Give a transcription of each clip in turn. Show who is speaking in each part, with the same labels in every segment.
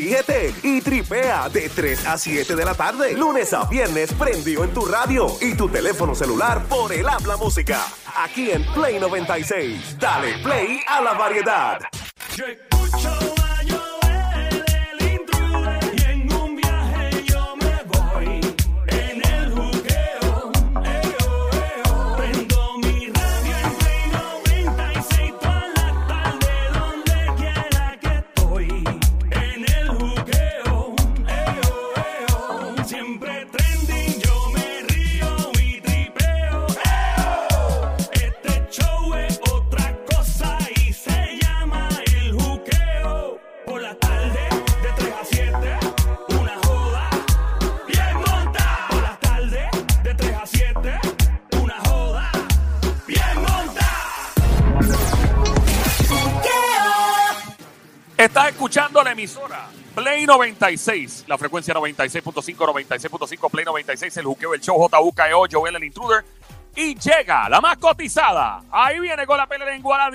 Speaker 1: Ríete y tripea de 3 a 7 de la tarde, lunes a viernes, prendió en tu radio y tu teléfono celular por el habla música. Aquí en Play 96, dale play a la variedad.
Speaker 2: Yo escucho a Joel, el intruder, y en un viaje yo me voy. En el juqueo, eo, eo. Prendo mi radio en Play 96 toda la tarde, donde quiera que estoy. En el juqueo, eo, eo. Siempre trending, yo me río y tripeo. eo. Este show es otra cosa y se llama el juqueo. Por la tarde de 3 a 7, una joda bien montada. Por la tarde de 3 a 7, una joda bien montada.
Speaker 3: Estás escuchando la emisora Play 96, la frecuencia 96.5, 96.5, Play 96, el juqueo, el show JUKEO, E Joel el Intruder. Y llega la más cotizada. Ahí viene con la pelea en la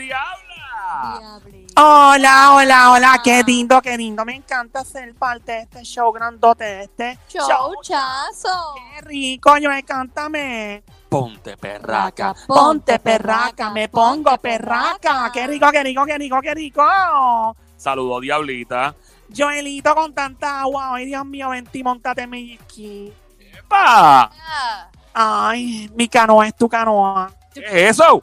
Speaker 4: Ah.
Speaker 3: diabla.
Speaker 5: Hola, hola, hola, qué lindo, qué lindo. Me encanta ser parte de este show grandote, de este
Speaker 4: Show, chazo.
Speaker 5: Qué rico, yo encántame.
Speaker 3: Ponte perraca.
Speaker 5: Ponte perraca, me pongo perraca. Qué rico, qué rico, qué rico, qué rico.
Speaker 3: Saludo, diablita.
Speaker 5: Joelito con tanta agua. Ay, Dios mío, vente y montate en mi yisqui.
Speaker 3: ¡Epa!
Speaker 4: Ah,
Speaker 5: Ay, mi canoa es tu canoa.
Speaker 3: ¿Qué es eso?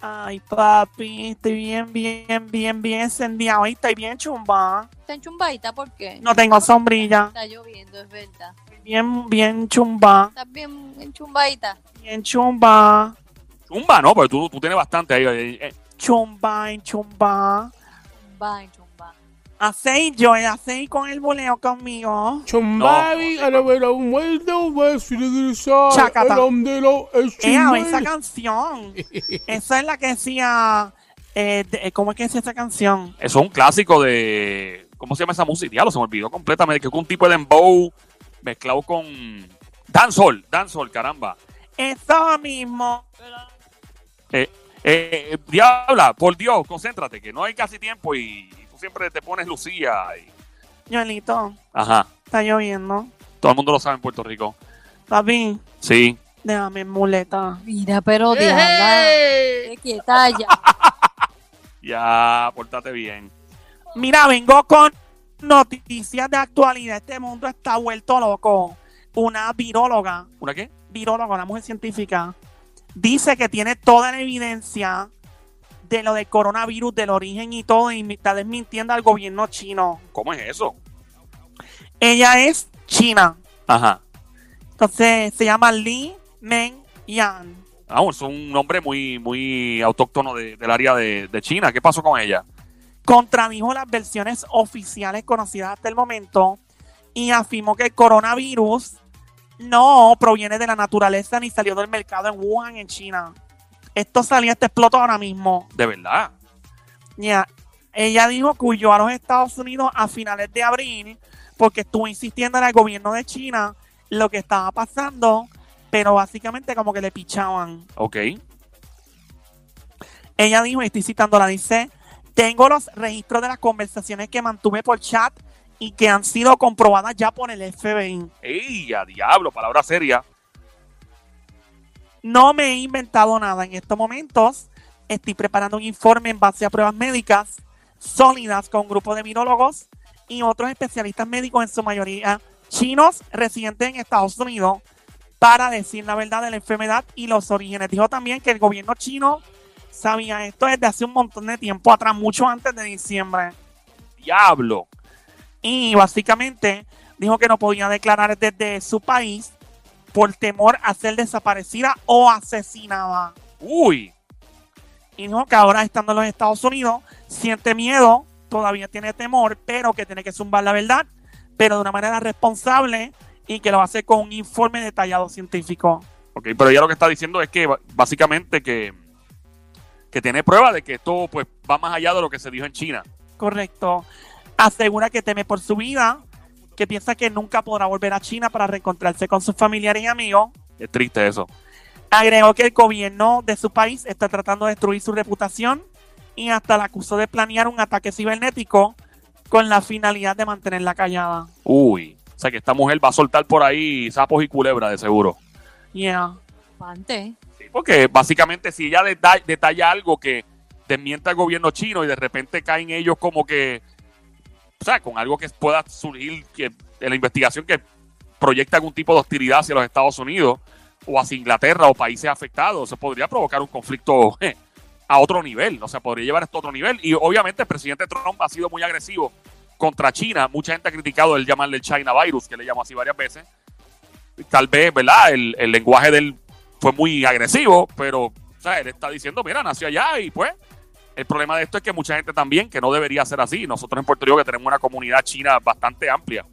Speaker 5: Ay, papi, estoy bien, bien, bien, bien encendida hoy. Estoy bien chumba.
Speaker 4: Está en chumbaita, ¿por qué?
Speaker 5: No tengo sombrilla.
Speaker 4: Está lloviendo, es verdad.
Speaker 5: Estoy Bien, bien chumba.
Speaker 4: Estás bien en chumbaita.
Speaker 5: Bien chumba.
Speaker 3: Chumba, no, pero tú, tú tienes bastante ahí. eh, eh.
Speaker 5: chumba en chumba.
Speaker 4: Chumba, en chumba.
Speaker 5: Hacéis yo, hacéis con el boleo conmigo.
Speaker 6: Somebody,
Speaker 3: No.
Speaker 6: a la vera, un muerto, va a ser egresado,
Speaker 5: Chacata.
Speaker 6: el hombre lo es
Speaker 5: Ea,
Speaker 6: chimel.
Speaker 5: esa canción. esa es la que decía. eh, de- eh, ¿Cómo es que decía esa canción?
Speaker 3: Eso es eh, un clásico de. ¿Cómo se llama esa música? Diablo, se me olvidó completamente. Que es un tipo de dembow mezclado con. Dancehall, dancehall, caramba.
Speaker 5: Eso mismo.
Speaker 3: Eh, eh, eh, diabla, por Dios, concéntrate, que no hay casi tiempo y, y tú siempre te pones Lucía. y-
Speaker 5: Joelito,
Speaker 3: ajá,
Speaker 5: está lloviendo.
Speaker 3: todo el mundo lo sabe en Puerto Rico.
Speaker 5: Papi,
Speaker 3: Sí.
Speaker 5: déjame en muleta.
Speaker 4: Mira, pero diabla.
Speaker 6: ¡Ey!
Speaker 4: Te quieta ya.
Speaker 3: Ya, pórtate bien.
Speaker 5: Mira, vengo con noticias de actualidad. Este mundo está vuelto loco. Una viróloga
Speaker 3: ¿Una qué?
Speaker 5: viróloga, una mujer científica, dice que tiene toda la evidencia de lo del coronavirus, del origen y todo, y está desmintiendo al gobierno chino.
Speaker 3: ¿Cómo es eso?
Speaker 5: Ella es china.
Speaker 3: Ajá.
Speaker 5: Entonces se llama Li Meng Yan.
Speaker 3: Vamos, Ah, es un nombre muy, muy autóctono de- del área de, de China. ¿Qué pasó con ella?
Speaker 5: Contradijo las versiones oficiales conocidas hasta el momento y afirmó que el coronavirus no proviene de la naturaleza ni salió del mercado en Wuhan, en China. Esto salió, este explotó ahora mismo.
Speaker 3: De verdad.
Speaker 5: Ya, Ella dijo que huyó a los Estados Unidos a finales de abril porque estuvo insistiendo en el gobierno de China lo que estaba pasando, pero básicamente como que le pichaban.
Speaker 3: Ok.
Speaker 5: Ella dijo, y estoy citándola, dice, tengo los registros de las conversaciones que mantuve por chat y que han sido comprobadas ya por el FBI.
Speaker 3: ¡Ey, a diablo! Palabra seria.
Speaker 5: No me he inventado nada en estos momentos. Estoy preparando un informe en base a pruebas médicas sólidas con un grupo de virólogos y otros especialistas médicos, en su mayoría chinos residentes en Estados Unidos, para decir la verdad de la enfermedad y los orígenes. Dijo también que el gobierno chino sabía esto desde hace un montón de tiempo atrás, mucho antes de diciembre.
Speaker 3: ¡Diablo!
Speaker 5: Y básicamente dijo que no podía declarar desde su país por temor a ser desaparecida o asesinada.
Speaker 3: ¡Uy!
Speaker 5: Y dijo que ahora estando en los Estados Unidos siente miedo, todavía tiene temor, pero que tiene que zumbar la verdad, pero de una manera responsable y que lo va a hacer con un informe detallado científico.
Speaker 3: Ok, pero ella lo que está diciendo es que ba- básicamente que, que tiene prueba de que esto pues va más allá de lo que se dijo en China.
Speaker 5: Correcto. Asegura que teme por su vida, que piensa que nunca podrá volver a China para reencontrarse con sus familiares y amigos.
Speaker 3: Es triste eso.
Speaker 5: Agregó que el gobierno de su país está tratando de destruir su reputación y hasta la acusó de planear un ataque cibernético con la finalidad de mantenerla callada.
Speaker 3: Uy. O sea que esta mujer va a soltar por ahí sapos y culebras de seguro.
Speaker 5: Yeah.
Speaker 4: Pante.
Speaker 3: Sí, porque básicamente si ella deta- detalla algo que desmienta al gobierno chino y de repente caen ellos como que, o sea, con algo que pueda surgir que, de la investigación que proyecta algún tipo de hostilidad hacia los Estados Unidos o hacia Inglaterra o países afectados, se podría provocar un conflicto eh, a otro nivel, o sea, podría llevar esto a otro nivel. Y obviamente el presidente Trump ha sido muy agresivo contra China, mucha gente ha criticado el llamarle el China virus, que le llamó así varias veces. Tal vez, ¿verdad? El, el lenguaje del fue muy agresivo, pero o sea, él está diciendo, mira, nació allá y pues el problema de esto es que mucha gente también, que no debería ser así, nosotros en Puerto Rico que tenemos una comunidad china bastante amplia,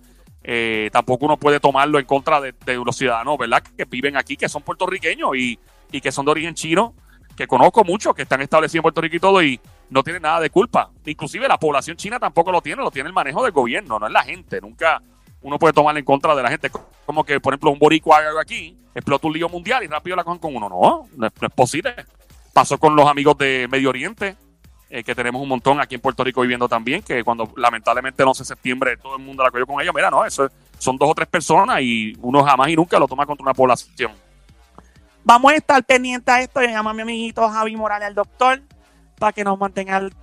Speaker 3: eh, tampoco uno puede tomarlo en contra de, de los ciudadanos, ¿verdad? Que viven aquí, que son puertorriqueños y, y que son de origen chino, que conozco muchos, que están establecidos en Puerto Rico y todo y no tienen nada de culpa. Inclusive la población china tampoco lo tiene, lo tiene el manejo del gobierno, no es la gente, nunca uno puede tomar en contra de la gente. Como que, por ejemplo, un boricua haga algo aquí, explota un lío mundial y rápido la cogen con uno. No, no es, no es posible. Pasó con los amigos de Medio Oriente, eh, que tenemos un montón aquí en Puerto Rico viviendo también, que cuando lamentablemente el 11 de septiembre todo el mundo la cogió con ellos, mira, no, eso es- son dos o tres personas y uno jamás y nunca lo toma contra una población.
Speaker 5: Vamos a estar pendientes a esto. Yo llamo a mi amiguito Javi Morales, al doctor, para que nos mantenga al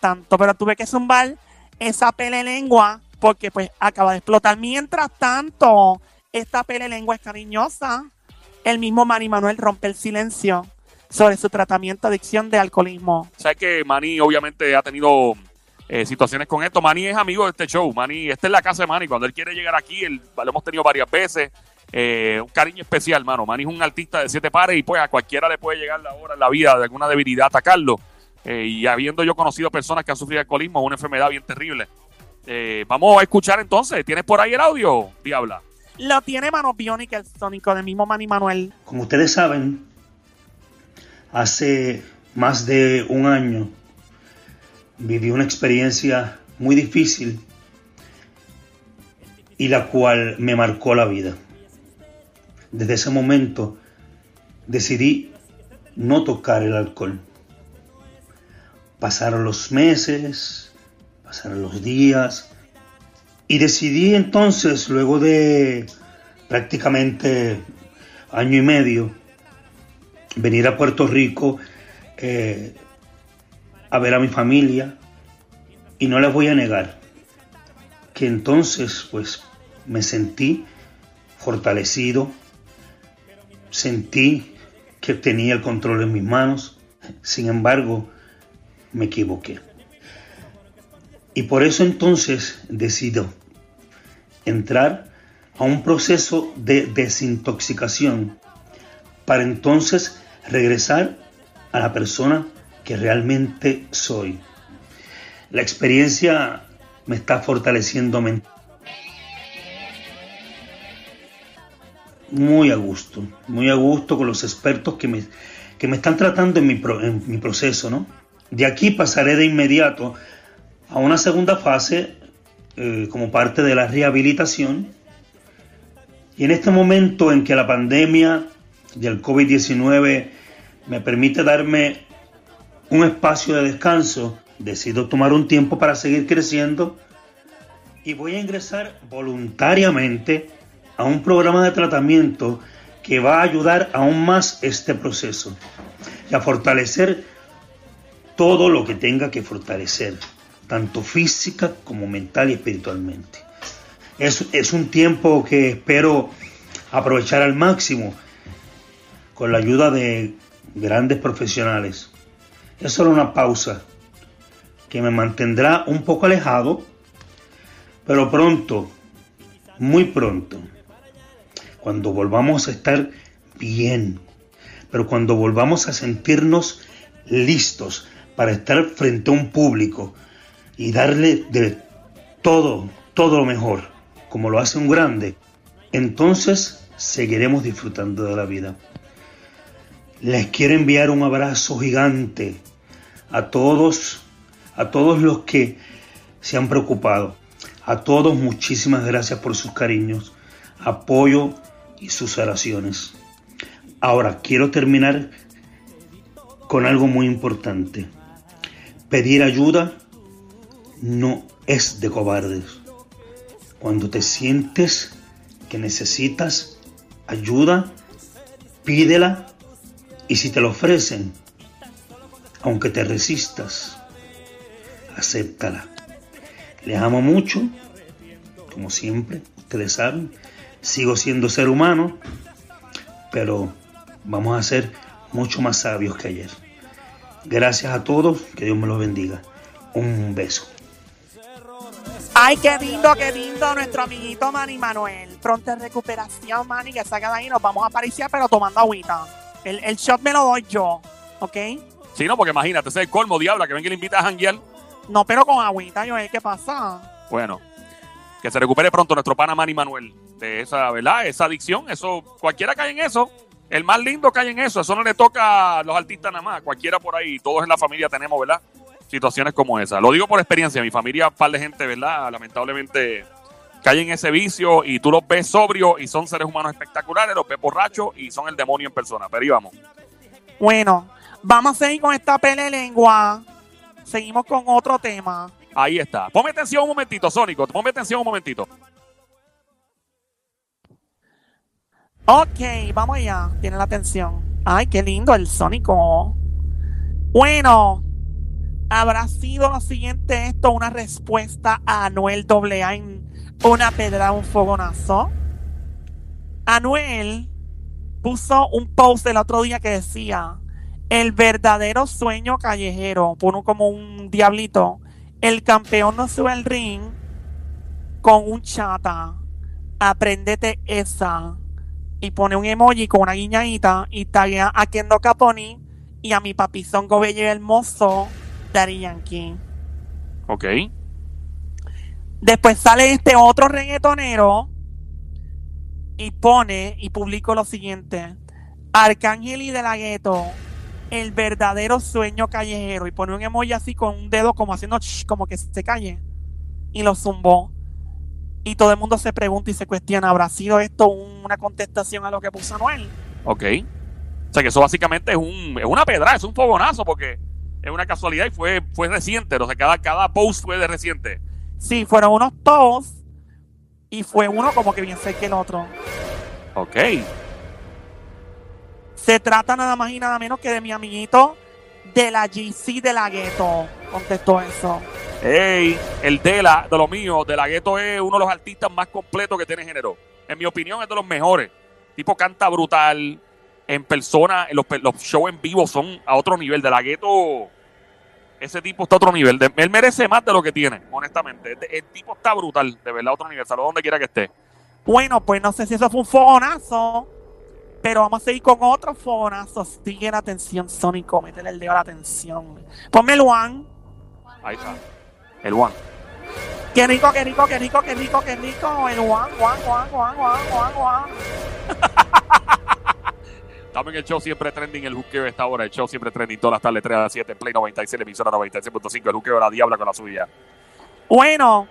Speaker 5: tanto. Pero tuve que zumbar esa pele lengua porque pues acaba de explotar. Mientras tanto, esta pele lengua es cariñosa. El mismo Mari Manuel rompe el silencio sobre su tratamiento de adicción de alcoholismo.
Speaker 3: Sabes que Manny obviamente ha tenido eh, situaciones con esto. Manny es amigo de este show. Manny, esta es la casa de Manny. Cuando él quiere llegar aquí, él- lo hemos tenido varias veces. Eh, un cariño especial, mano. Manny es un artista de siete pares y pues a cualquiera le puede llegar la hora en la vida de alguna debilidad atacarlo. Eh, y habiendo yo conocido personas que han sufrido alcoholismo, es una enfermedad bien terrible. Eh, vamos a escuchar entonces. ¿Tienes por ahí el audio, Diabla?
Speaker 5: Lo tiene Manos Biónica, el sónico del mismo Mari Manuel.
Speaker 7: Como ustedes saben, hace más de un año viví una experiencia muy difícil y la cual me marcó la vida. Desde ese momento decidí no tocar el alcohol. Pasaron los meses, pasaron los días y decidí entonces, luego de prácticamente año y medio, venir a Puerto Rico eh, a ver a mi familia y no les voy a negar que entonces pues me sentí fortalecido, sentí que tenía el control en mis manos, sin embargo me equivoqué. Y por eso entonces decido entrar a un proceso de desintoxicación para entonces regresar a la persona que realmente soy. La experiencia me está fortaleciendo men- muy a gusto, muy a gusto con los expertos que me, que me están tratando en mi, pro- en mi proceso. ¿no? De aquí pasaré de inmediato a una segunda fase eh, como parte de la rehabilitación y en este momento en que la pandemia del COVID-19 me permite darme un espacio de descanso, decido tomar un tiempo para seguir creciendo y voy a ingresar voluntariamente a un programa de tratamiento que va a ayudar aún más este proceso y a fortalecer todo lo que tenga que fortalecer, tanto física como mental y espiritualmente. Es, es un tiempo que espero aprovechar al máximo con la ayuda de grandes profesionales. Es solo una pausa que me mantendrá un poco alejado, pero pronto, muy pronto, cuando volvamos a estar bien, pero cuando volvamos a sentirnos listos para estar frente a un público y darle de todo, todo lo mejor, como lo hace un grande, entonces seguiremos disfrutando de la vida. Les quiero enviar un abrazo gigante a todos, a todos los que se han preocupado. A todos muchísimas gracias por sus cariños, apoyo y sus oraciones. Ahora quiero terminar con algo muy importante. Pedir ayuda no es de cobardes. Cuando te sientes que necesitas ayuda, pídela y si te la ofrecen, aunque te resistas, acéptala. Les amo mucho, como siempre, ustedes saben, sigo siendo ser humano, pero vamos a ser mucho más sabios que ayer. Gracias a todos, que Dios me los bendiga. Un beso.
Speaker 5: Ay, qué lindo, qué lindo nuestro amiguito Manny Manuel. Pronta recuperación, Manny, que saca de ahí. Nos vamos a apariciar, pero tomando agüita. El, el shot me lo doy yo, ¿ok?
Speaker 3: Sí, no, porque imagínate, ese es el colmo, diabla, que venga y le invita a janguear.
Speaker 5: No, pero con agüita, yo eh, ¿qué pasa?
Speaker 3: Bueno, que se recupere pronto nuestro pana Manny Manuel de esa, ¿verdad? Esa adicción, eso, cualquiera cae en eso. El más lindo cae en eso, eso no le toca a los artistas nada más, cualquiera por ahí, todos en la familia tenemos, ¿verdad? Situaciones como esa. Lo digo por experiencia, mi familia, un par de gente, ¿verdad? Lamentablemente cae en ese vicio y tú los ves sobrios y son seres humanos espectaculares, los ves borrachos y son el demonio en persona. Pero ahí vamos.
Speaker 5: Bueno, vamos a seguir con esta pele de lengua. Seguimos con otro tema.
Speaker 3: Ahí está. Ponme atención un momentito, Sónico, ponme atención un momentito.
Speaker 5: Ok, vamos allá. Tiene la atención. Ay, qué lindo el Sónico. Bueno, habrá sido lo siguiente esto una respuesta a Anuel AA en una pedra, un fogonazo. Anuel puso un post el otro día que decía, el verdadero sueño callejero, pone como un diablito, el campeón no sube al ring con un chata, aprendete esa y pone un emoji con una guiñadita y taguea a Kendo Caponi y a mi papizón Gobello y hermoso, Daddy Yankee.
Speaker 3: Ok.
Speaker 5: Después sale este otro reggaetonero y pone y publicó lo siguiente: Arcángel y de la Gueto, el verdadero sueño callejero. Y pone un emoji así con un dedo, como haciendo ch, como que se calle. Y lo zumbó. Y todo el mundo se pregunta y se cuestiona: ¿habrá sido esto un- una contestación a lo que puso Noel?
Speaker 3: Ok. O sea que eso básicamente es, un, es una pedra, es un fogonazo, porque es una casualidad y fue, fue reciente. O sea, cada, cada post fue de reciente.
Speaker 5: Sí, fueron unos posts y fue uno como que bien cerca el otro.
Speaker 3: Ok.
Speaker 5: Se trata nada más y nada menos que de mi amiguito de la GC de la Gueto. Contestó eso.
Speaker 3: Ey, el Dela, de lo mío, de la Gueto es uno de los artistas más completos que tiene género. En mi opinión, es de los mejores. Tipo canta brutal. En persona, en los, pe- los shows en vivo son a otro nivel. De la Gueto, ese tipo está a otro nivel. De- él merece más de lo que tiene, honestamente. El, el tipo está brutal, de verdad, a otro nivel. Saludos donde quiera que esté.
Speaker 5: Bueno, pues no sé si eso fue un fogonazo, pero vamos a seguir con otro fogonazo. Sigue la atención, Sónico. Métele el dedo a la atención. Ponme el one.
Speaker 3: Ahí está. El One.
Speaker 5: Qué rico, qué rico, qué rico, qué rico, qué rico. El one, one, one, one, one, one, one.
Speaker 3: Estamos en el show siempre trending, el juqueo de esta hora, el show siempre trending, todas las tardes 3 a las 7, en Play 96, la emisora 96.5, el juqueo de la diabla con la suya.
Speaker 5: Bueno,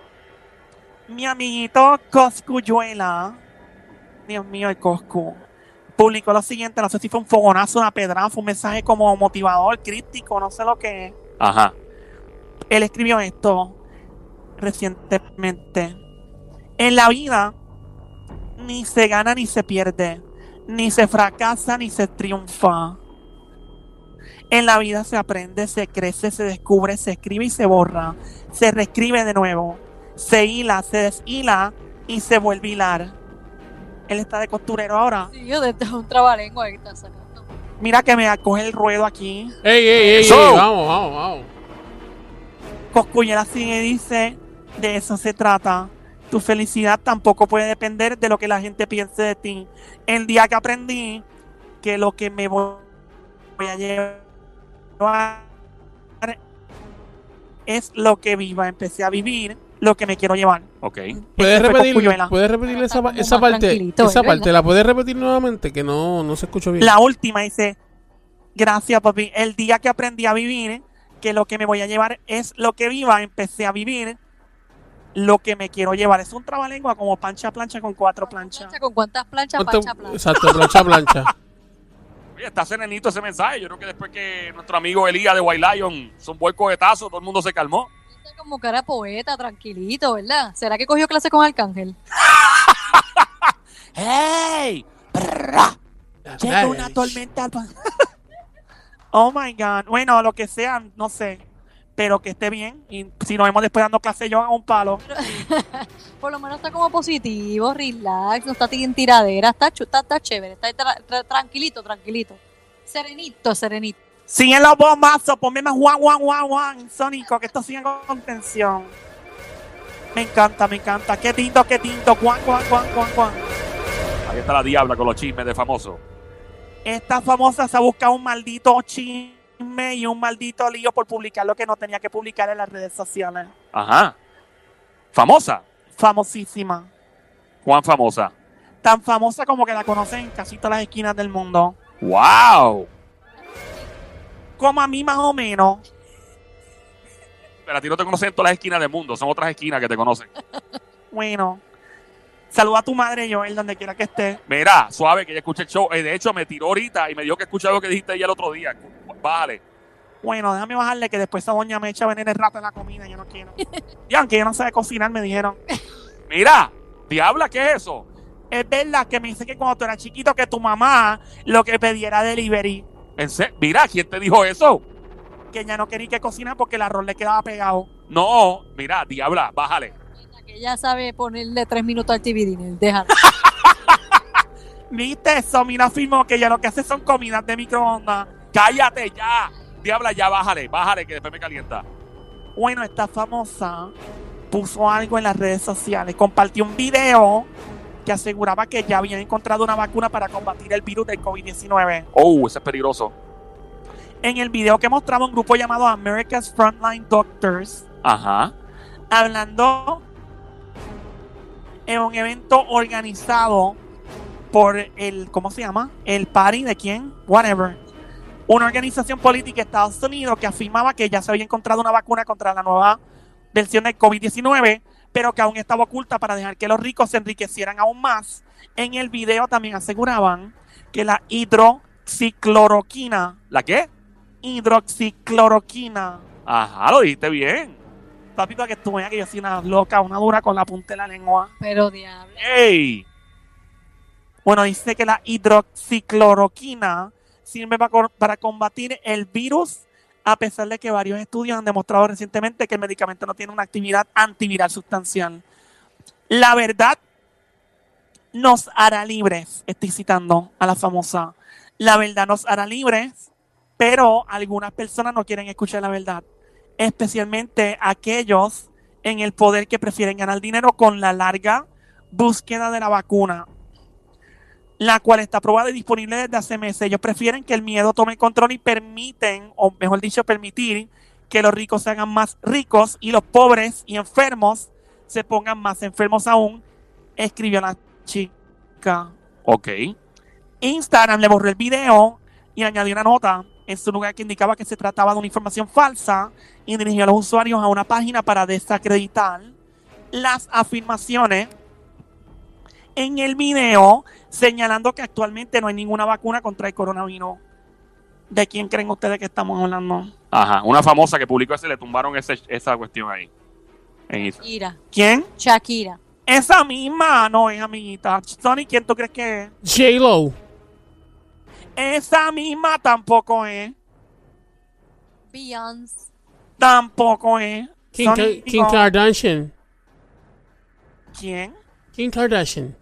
Speaker 5: mi amiguito Coscuyuela, Dios mío, el Coscu, publicó lo siguiente, no sé si fue un fogonazo, una pedrada, fue un mensaje como motivador, crítico, no sé lo que es.
Speaker 3: Ajá.
Speaker 5: Él escribió esto recientemente. En la vida ni se gana ni se pierde, ni se fracasa ni se triunfa. En la vida se aprende, se crece, se descubre, se escribe y se borra, se reescribe de nuevo, se hila, se deshila y se vuelve a hilar. Él está de costurero ahora.
Speaker 4: Sí, yo desde un trabalengua que está sacando.
Speaker 5: Mira que me acoge el ruedo aquí.
Speaker 6: Ey, ey, ey,
Speaker 3: So-
Speaker 6: ey, vamos, vamos, vamos.
Speaker 5: Coscullera sigue y dice, de eso se trata. Tu felicidad tampoco puede depender de lo que la gente piense de ti. El día que aprendí que lo que me voy voy a llevar es lo que viva, empecé a vivir lo que me quiero llevar.
Speaker 3: Ok.
Speaker 6: ¿Puedes
Speaker 5: Este fue
Speaker 6: repetir,
Speaker 5: Cosculluela.
Speaker 6: ¿puedes repetir
Speaker 4: Pero
Speaker 6: esa,
Speaker 4: está
Speaker 6: pa-
Speaker 4: como
Speaker 6: esa
Speaker 4: más
Speaker 6: parte?
Speaker 4: tranquilito,
Speaker 6: Esa
Speaker 4: ¿verdad?
Speaker 6: parte, ¿la puedes repetir nuevamente? Que no, no se escuchó bien.
Speaker 5: La última dice, gracias papi, el día que aprendí a vivir, que lo que me voy a llevar es lo que viva, empecé a vivir lo que me quiero llevar. Es un trabalengua como pancha plancha con cuatro planchas.
Speaker 4: ¿Con cuántas planchas?
Speaker 6: ¿Cuánto-
Speaker 4: Pancha, plancha.
Speaker 6: Exacto, plancha, plancha.
Speaker 3: Oye, está serenito ese mensaje. Yo creo que después que nuestro amigo Elías de White Lion son buen cohetazo, todo el mundo se calmó.
Speaker 4: está como cara de poeta, tranquilito, ¿verdad? ¿Será que cogió clase con Arcángel?
Speaker 5: ¡Hey! Prrra. Llega una tormenta. oh my God. Bueno, lo que sea, no sé. Pero que esté bien. Y si nos vemos después dando clase, yo hago un palo.
Speaker 4: Por lo menos está como positivo, relax, no está en tiradera, está, chu- está, está chévere, está tra- tra- tranquilito, tranquilito. Serenito, serenito.
Speaker 5: Siguen los bombazos. Ponme más guan, guan, guan, guan. Sónico, que esto sigue con tensión. Me encanta, me encanta. Qué tinto, qué tinto. Guan, guan, guan, guan, guan.
Speaker 3: Ahí está la diabla con los chismes de famoso.
Speaker 5: Esta famosa se ha buscado un maldito chisme y un maldito lío por publicar lo que no tenía que publicar en las redes sociales.
Speaker 3: Ajá. Famosa.
Speaker 5: Famosísima.
Speaker 3: Juan famosa.
Speaker 5: Tan famosa como que la conocen en casi todas las esquinas del mundo.
Speaker 3: ¡Wow!
Speaker 5: Como a mí más o menos.
Speaker 3: Pero a ti no te conocen en todas las esquinas del mundo. Son otras esquinas que te conocen.
Speaker 5: Bueno. Saluda a tu madre, Joel, donde quiera que esté.
Speaker 3: Mira, suave, que ya escuché el show. Eh, de hecho, me tiró ahorita y me dijo que escuché algo que dijiste ella el otro día. Vale.
Speaker 5: Bueno, déjame bajarle que después esa doña me echa a venir el rato en la comida. Yo no quiero. Y aunque yo no sabe cocinar, me dijeron.
Speaker 3: Mira, diabla, ¿qué es eso?
Speaker 5: Es verdad que me dice que cuando tú eras chiquito, que tu mamá lo que pediera delivery.
Speaker 3: En se- Mira, ¿quién te dijo eso?
Speaker 5: Que ella no quería que cocinar porque el arroz le quedaba pegado.
Speaker 3: No, mira, diabla, bájale.
Speaker 4: Que ya sabe ponerle tres minutos al TV Dinner, déjalo.
Speaker 5: ¿Viste eso? Mira, afirmó que ella lo que hace son comidas de microondas.
Speaker 3: Cállate ya. Diabla, ya bájale, bájale, que después me calienta.
Speaker 5: Bueno, esta famosa puso algo en las redes sociales. Compartió un video que aseguraba que ya habían encontrado una vacuna para combatir el virus del COVID-19.
Speaker 3: Oh, ese es peligroso.
Speaker 5: En el video que mostraba un grupo llamado America's Frontline Doctors,
Speaker 3: Ajá.
Speaker 5: hablando en un evento organizado por el, ¿cómo se llama? El party de quién? Whatever. Una organización política de Estados Unidos que afirmaba que ya se había encontrado una vacuna contra la nueva versión del COVID-19, pero que aún estaba oculta para dejar que los ricos se enriquecieran aún más. En el video también aseguraban que la hidroxicloroquina,
Speaker 3: ¿La qué?
Speaker 5: hidroxicloroquina,
Speaker 3: Ajá, lo dijiste bien.
Speaker 5: Papi, para que tú veas que yo soy una loca, una dura con la punta de la lengua.
Speaker 4: Pero diablo.
Speaker 3: ¡Ey!
Speaker 5: Bueno, dice que la hidroxicloroquina sirve pa- para, combatir el virus, a pesar de que varios estudios han demostrado recientemente que el medicamento no tiene una actividad antiviral sustancial. La verdad nos hará libres, estoy citando a la famosa. La verdad nos hará libres, pero algunas personas no quieren escuchar la verdad, especialmente aquellos en el poder que prefieren ganar dinero con la larga búsqueda de la vacuna, la cual está aprobada y disponible desde hace meses. Ellos prefieren que el miedo tome el control y permiten, o mejor dicho, permitir que los ricos se hagan más ricos y los pobres y enfermos se pongan más enfermos aún, escribió la chica.
Speaker 3: Ok.
Speaker 5: Instagram le borró el video y añadió una nota en su lugar que indicaba que se trataba de una información falsa y dirigió a los usuarios a una página para desacreditar las afirmaciones en el video, señalando que actualmente no hay ninguna vacuna contra el coronavirus. ¿De quién creen ustedes que estamos hablando?
Speaker 3: Ajá. Una famosa que publicó ese, le tumbaron ese- esa cuestión ahí. En Instagram.
Speaker 4: Shakira,
Speaker 5: ¿Quién?
Speaker 4: Shakira.
Speaker 5: Esa misma, no es amiguita. Sony, ¿quién tú crees que es?
Speaker 6: J-Lo.
Speaker 5: Esa misma tampoco es.
Speaker 4: Beyoncé.
Speaker 5: Tampoco es.
Speaker 6: Kim, Ka-
Speaker 5: Sony,
Speaker 6: Kim
Speaker 5: no.
Speaker 6: Kardashian.
Speaker 5: ¿Quién?
Speaker 6: Kim Kardashian.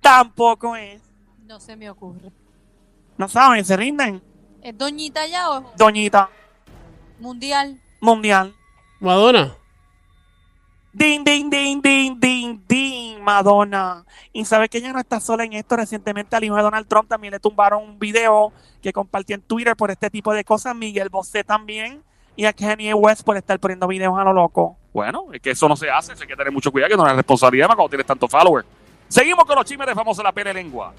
Speaker 5: Tampoco es.
Speaker 4: No se me ocurre.
Speaker 5: No saben, se rinden.
Speaker 4: ¿Es Doñita ya o es
Speaker 5: Doñita,
Speaker 4: Mundial?
Speaker 5: mundial.
Speaker 6: Madonna.
Speaker 5: Din, din, din, din, din, din, Madonna. Y sabes que ella no está sola en esto. Recientemente al hijo de Donald Trump también le tumbaron un video que compartió en Twitter por este tipo de cosas. Miguel Bosé también. Y a Kanye West por estar poniendo videos a lo loco.
Speaker 3: Bueno, es que eso no se hace, eso hay que tener mucho cuidado, que no es responsabilidad más cuando tienes tantos followers. Seguimos con los chismes de famosos la pele lengua.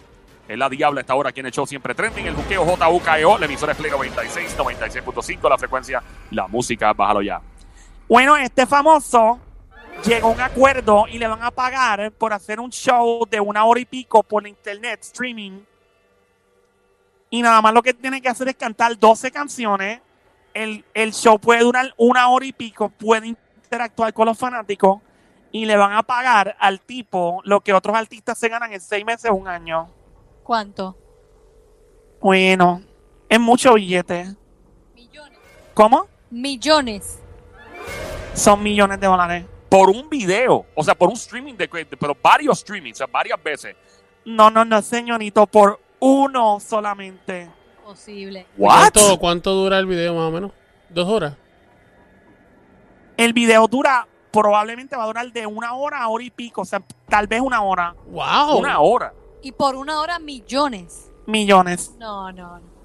Speaker 3: Es la diabla a esta hora, quien el show siempre trending, el buqueo JUKEO, E la emisora es Play 96, 96.5, la frecuencia, la música, bájalo ya.
Speaker 5: Bueno, este famoso llegó a un acuerdo y le van a pagar por hacer un show de una hora y pico por internet streaming. Y nada más lo que tiene que hacer es cantar 12 canciones el, el show puede durar una hora y pico, puede interactuar con los fanáticos y le van a pagar al tipo lo que otros artistas se ganan en seis meses, un año.
Speaker 4: ¿Cuánto?
Speaker 5: Bueno, es mucho billete.
Speaker 4: Millones.
Speaker 5: ¿Cómo?
Speaker 4: Millones.
Speaker 5: Son millones de dólares.
Speaker 3: Por un video, o sea, por un streaming, de, de- pero varios streamings, o sea, varias veces.
Speaker 5: No, no, no, señorito, por uno solamente.
Speaker 4: Posible.
Speaker 6: ¿Cuánto, ¿Cuánto dura el video más o menos? ¿Dos horas?
Speaker 5: El video dura, probablemente va a durar de una hora a hora y pico, o sea, tal vez una hora.
Speaker 6: ¡Wow!
Speaker 3: Una hora.
Speaker 4: Y por una hora, millones.
Speaker 5: Millones.
Speaker 4: No, no, no.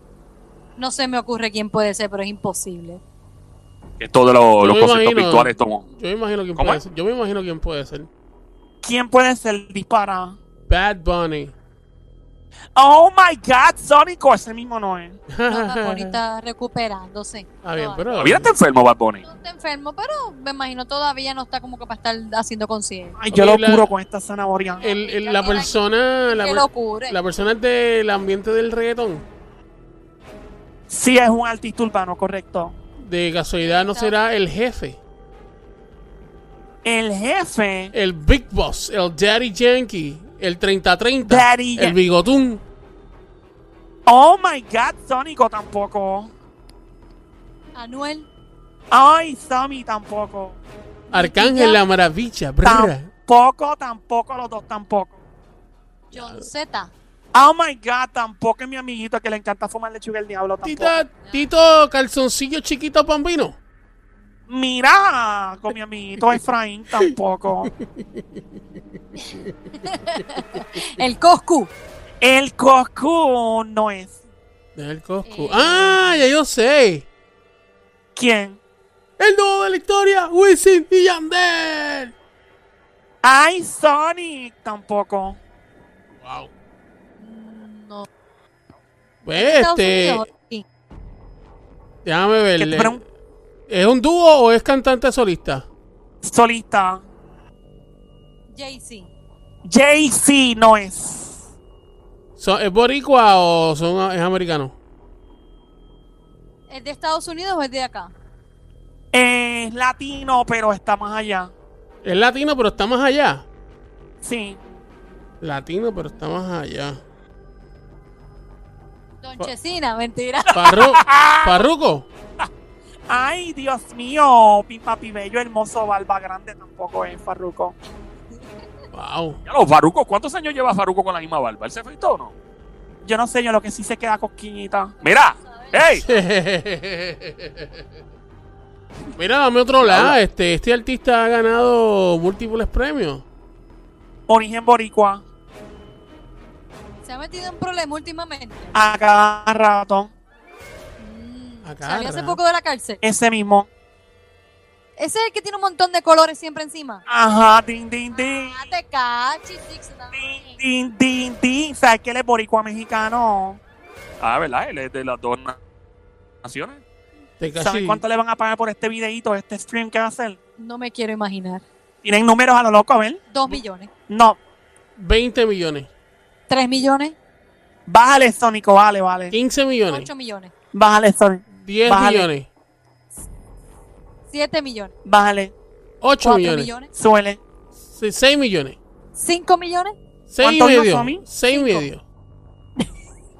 Speaker 4: No se me ocurre quién puede ser, pero es imposible.
Speaker 3: Esto de los,
Speaker 6: Yo
Speaker 3: los
Speaker 6: me
Speaker 3: conceptos
Speaker 6: imagino.
Speaker 3: virtuales, Tomo.
Speaker 6: Yo me imagino quién
Speaker 3: ¿Cómo
Speaker 6: puede
Speaker 3: es?
Speaker 6: ser. Yo me imagino quién puede ser.
Speaker 5: ¿Quién puede ser dispara?
Speaker 6: Bad Bunny.
Speaker 5: Oh my God, Sonic, o ese mismo no es.
Speaker 4: No, Bad Bunny está recuperándose.
Speaker 6: Ah, bien,
Speaker 4: Todavía.
Speaker 6: pero.
Speaker 3: Todavía está este enfermo Bad Bunny.
Speaker 4: No está enfermo, pero me imagino todavía no está como que para estar haciendo conciencia.
Speaker 5: Ay, yo lo
Speaker 6: Ok, la- Eh.
Speaker 5: curo con esta zanahoria.
Speaker 6: El- el- la persona. La,
Speaker 4: Qué
Speaker 6: per-
Speaker 4: locura.
Speaker 6: la persona es del ambiente del reggaetón.
Speaker 5: Sí, es un artista urbano, correcto.
Speaker 6: De casualidad no será el jefe.
Speaker 5: El jefe,
Speaker 6: El Big Boss. El Daddy Yankee. El 3030.
Speaker 5: Daddy
Speaker 6: el
Speaker 5: Yan-
Speaker 6: Bigotún.
Speaker 5: oh my God, Sonic tampoco.
Speaker 4: Anuel,
Speaker 5: Ay, Sammy tampoco.
Speaker 6: Arcángel La Maravilla. brr.
Speaker 5: Tampoco, tampoco, los dos tampoco.
Speaker 4: John Z.
Speaker 5: Oh my God, tampoco es mi amiguito que le encanta fumar lechuga el diablo tampoco.
Speaker 6: Tita, Tito, calzoncillo chiquito bambino.
Speaker 5: Mira, con mi amiguito Efraín tampoco.
Speaker 4: El Coscu.
Speaker 5: El Coscu no es.
Speaker 6: El Coscu.
Speaker 4: Eh.
Speaker 6: Ah, ya yo sé.
Speaker 5: ¿Quién?
Speaker 6: El nuevo de la historia, Wisin y Yandel.
Speaker 5: Ay, Sonic tampoco.
Speaker 6: Wow.
Speaker 4: No. Estados
Speaker 6: este,
Speaker 4: Unidos, sí.
Speaker 6: déjame
Speaker 5: Que fuera
Speaker 6: verle.
Speaker 5: un
Speaker 6: ¿Es un dúo o es cantante solista?
Speaker 5: solista.
Speaker 4: Jay-Z.
Speaker 5: Jay-Z no es.
Speaker 6: ¿Son- ¿Es boricua o son, es americano?
Speaker 4: ¿Es de Estados Unidos o es de acá?
Speaker 5: Es latino, pero está más allá.
Speaker 6: Es latino, pero está más allá.
Speaker 5: Sí.
Speaker 6: Latino, pero está más allá.
Speaker 4: Don Chesina, mentira.
Speaker 6: Parru Parruco.
Speaker 5: Ay, Dios mío, mi papi bello, hermoso, barba grande tampoco es Farruco.
Speaker 6: Wow.
Speaker 3: Ya los Faruco, ¿cuántos años lleva Faruco con la misma barba? ¿Él se afeitó o no?
Speaker 5: Yo no sé, yo lo que sí se queda cosquillita.
Speaker 3: Mira, hey,
Speaker 6: Mira, dame otro lado. Este, este artista ha ganado múltiples premios.
Speaker 5: Origen boricua,
Speaker 4: Se ha metido en problema últimamente.
Speaker 5: a cada rato,
Speaker 4: Mm,
Speaker 6: Acá,
Speaker 4: Salió hace
Speaker 6: ¿verdad?
Speaker 4: poco de la cárcel.
Speaker 5: ese mismo.
Speaker 4: Ese es el que tiene un montón de colores siempre encima.
Speaker 5: Ajá, din, din, din,
Speaker 4: Ah, te cachis, six,
Speaker 5: din,
Speaker 4: nine.
Speaker 5: din, din, din. ¿Sabes que él es boricua mexicano?
Speaker 3: Ah, ¿verdad? Él es de las dos na- naciones.
Speaker 6: Te
Speaker 5: ¿Saben
Speaker 6: casi,
Speaker 5: cuánto le van a pagar por este videíto, este stream que va a hacer?
Speaker 4: No me quiero imaginar.
Speaker 5: Tienen números a lo loco, a ver.
Speaker 4: Dos millones.
Speaker 5: No,
Speaker 6: 20 millones,
Speaker 4: Tres millones.
Speaker 5: bájale Sónico, vale, vale.
Speaker 6: 15 millones,
Speaker 4: Ocho millones.
Speaker 5: Bájale Sónico,
Speaker 6: 10
Speaker 5: Bájale.
Speaker 6: millones,
Speaker 4: Siete millones.
Speaker 5: bájale,
Speaker 6: 8
Speaker 4: Cuatro
Speaker 6: millones,
Speaker 4: millones.
Speaker 5: suele.
Speaker 6: 6 millones,
Speaker 4: Cinco millones.
Speaker 6: 6 y
Speaker 5: ¿Cuántos no son, mi?
Speaker 6: medio, 6 y
Speaker 4: Cinco.
Speaker 6: medio.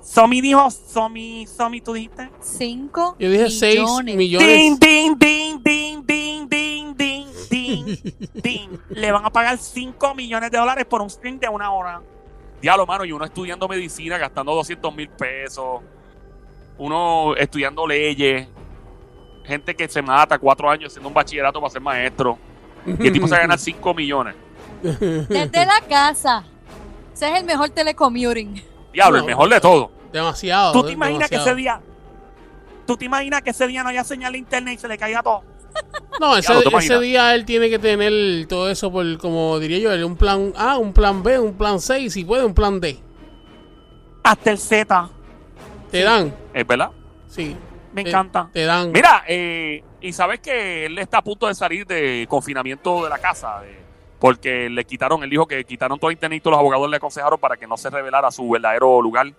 Speaker 5: Somi dijo, Somi, Somi, ¿tú dijiste?
Speaker 4: Cinco
Speaker 6: Yo dije 6
Speaker 4: millones.
Speaker 5: Ding,
Speaker 6: millones.
Speaker 5: ding, ding, ding, ding, ding, ding, ding, ding. Le van a pagar 5 millones de dólares por un stream de una hora.
Speaker 3: Diablo, mano, y uno estudiando medicina, gastando 200 mil pesos. Uno estudiando leyes. Gente que se mata cuatro años haciendo un bachillerato para ser maestro. Y el tipo se va a ganar 5 millones.
Speaker 4: Desde la casa. Ese es el mejor telecommuting.
Speaker 3: Diablo, el
Speaker 6: No.
Speaker 3: mejor de todo.
Speaker 6: Demasiado.
Speaker 5: ¿Tú te imaginas que ese
Speaker 6: demasiado.
Speaker 5: día... ¿Tú te imaginas que ese día no haya señal de internet y se le caiga todo?
Speaker 6: No, ese,
Speaker 3: Diablo, ¿te
Speaker 6: ese
Speaker 3: imaginas?
Speaker 6: día él tiene que tener todo eso por, como diría yo, él, un plan A, un plan B, un plan C y si puede un plan D.
Speaker 5: Hasta el Z.
Speaker 6: Te dan,
Speaker 3: ¿Es verdad?
Speaker 6: sí.
Speaker 5: Me
Speaker 6: Te-
Speaker 5: encanta.
Speaker 6: Te dan.
Speaker 3: Mira, eh, y sabes que él está a punto de salir de confinamiento de la casa. de- porque le quitaron, él dijo que quitaron todo internet y todos los abogados le aconsejaron para que no se revelara su verdadero lugar.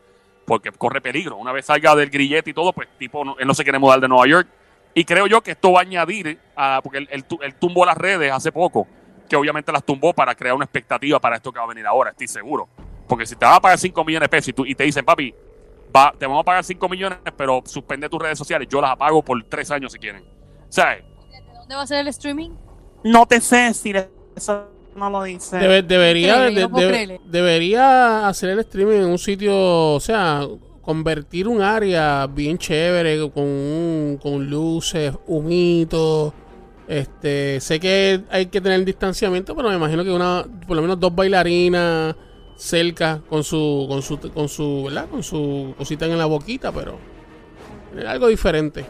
Speaker 3: Porque corre peligro. Una vez salga del grillete y todo, pues tipo, no- él no se quiere mudar de Nueva York. Y creo yo que esto va a añadir, a, porque él, él tu- él tumbó las redes hace poco, que obviamente las tumbó para crear una expectativa para esto que va a venir ahora, estoy seguro. Porque si te vas a pagar 5 millones de pesos y, tú- y te dicen, papi, va, te vamos a pagar 5 millones, pero suspende tus redes sociales, yo las apago por 3 años si quieren. ¿Sabes?
Speaker 4: ¿Dónde va a ser el streaming?
Speaker 5: No te sé decir eso, no lo dice.
Speaker 6: Debe- debería,
Speaker 4: Increíble, yo no puedo
Speaker 6: de- de-
Speaker 4: creerle.
Speaker 6: debería hacer el streaming en un sitio, o sea, convertir un área bien chévere con, un- con luces, humito. Este, sé que hay que tener distanciamiento, pero me imagino que una, por lo menos dos bailarinas cerca con su, con su, con su, ¿verdad? Con su cosita en la boquita, pero tener algo diferente.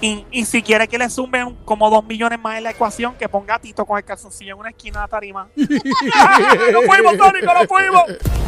Speaker 5: Y, y si quiere que le sumen como dos millones más en la ecuación, que ponga a Tito con el calzoncillo en una esquina de la tarima.
Speaker 3: ¡Nos fuimos, Tony! ¡Nos fuimos!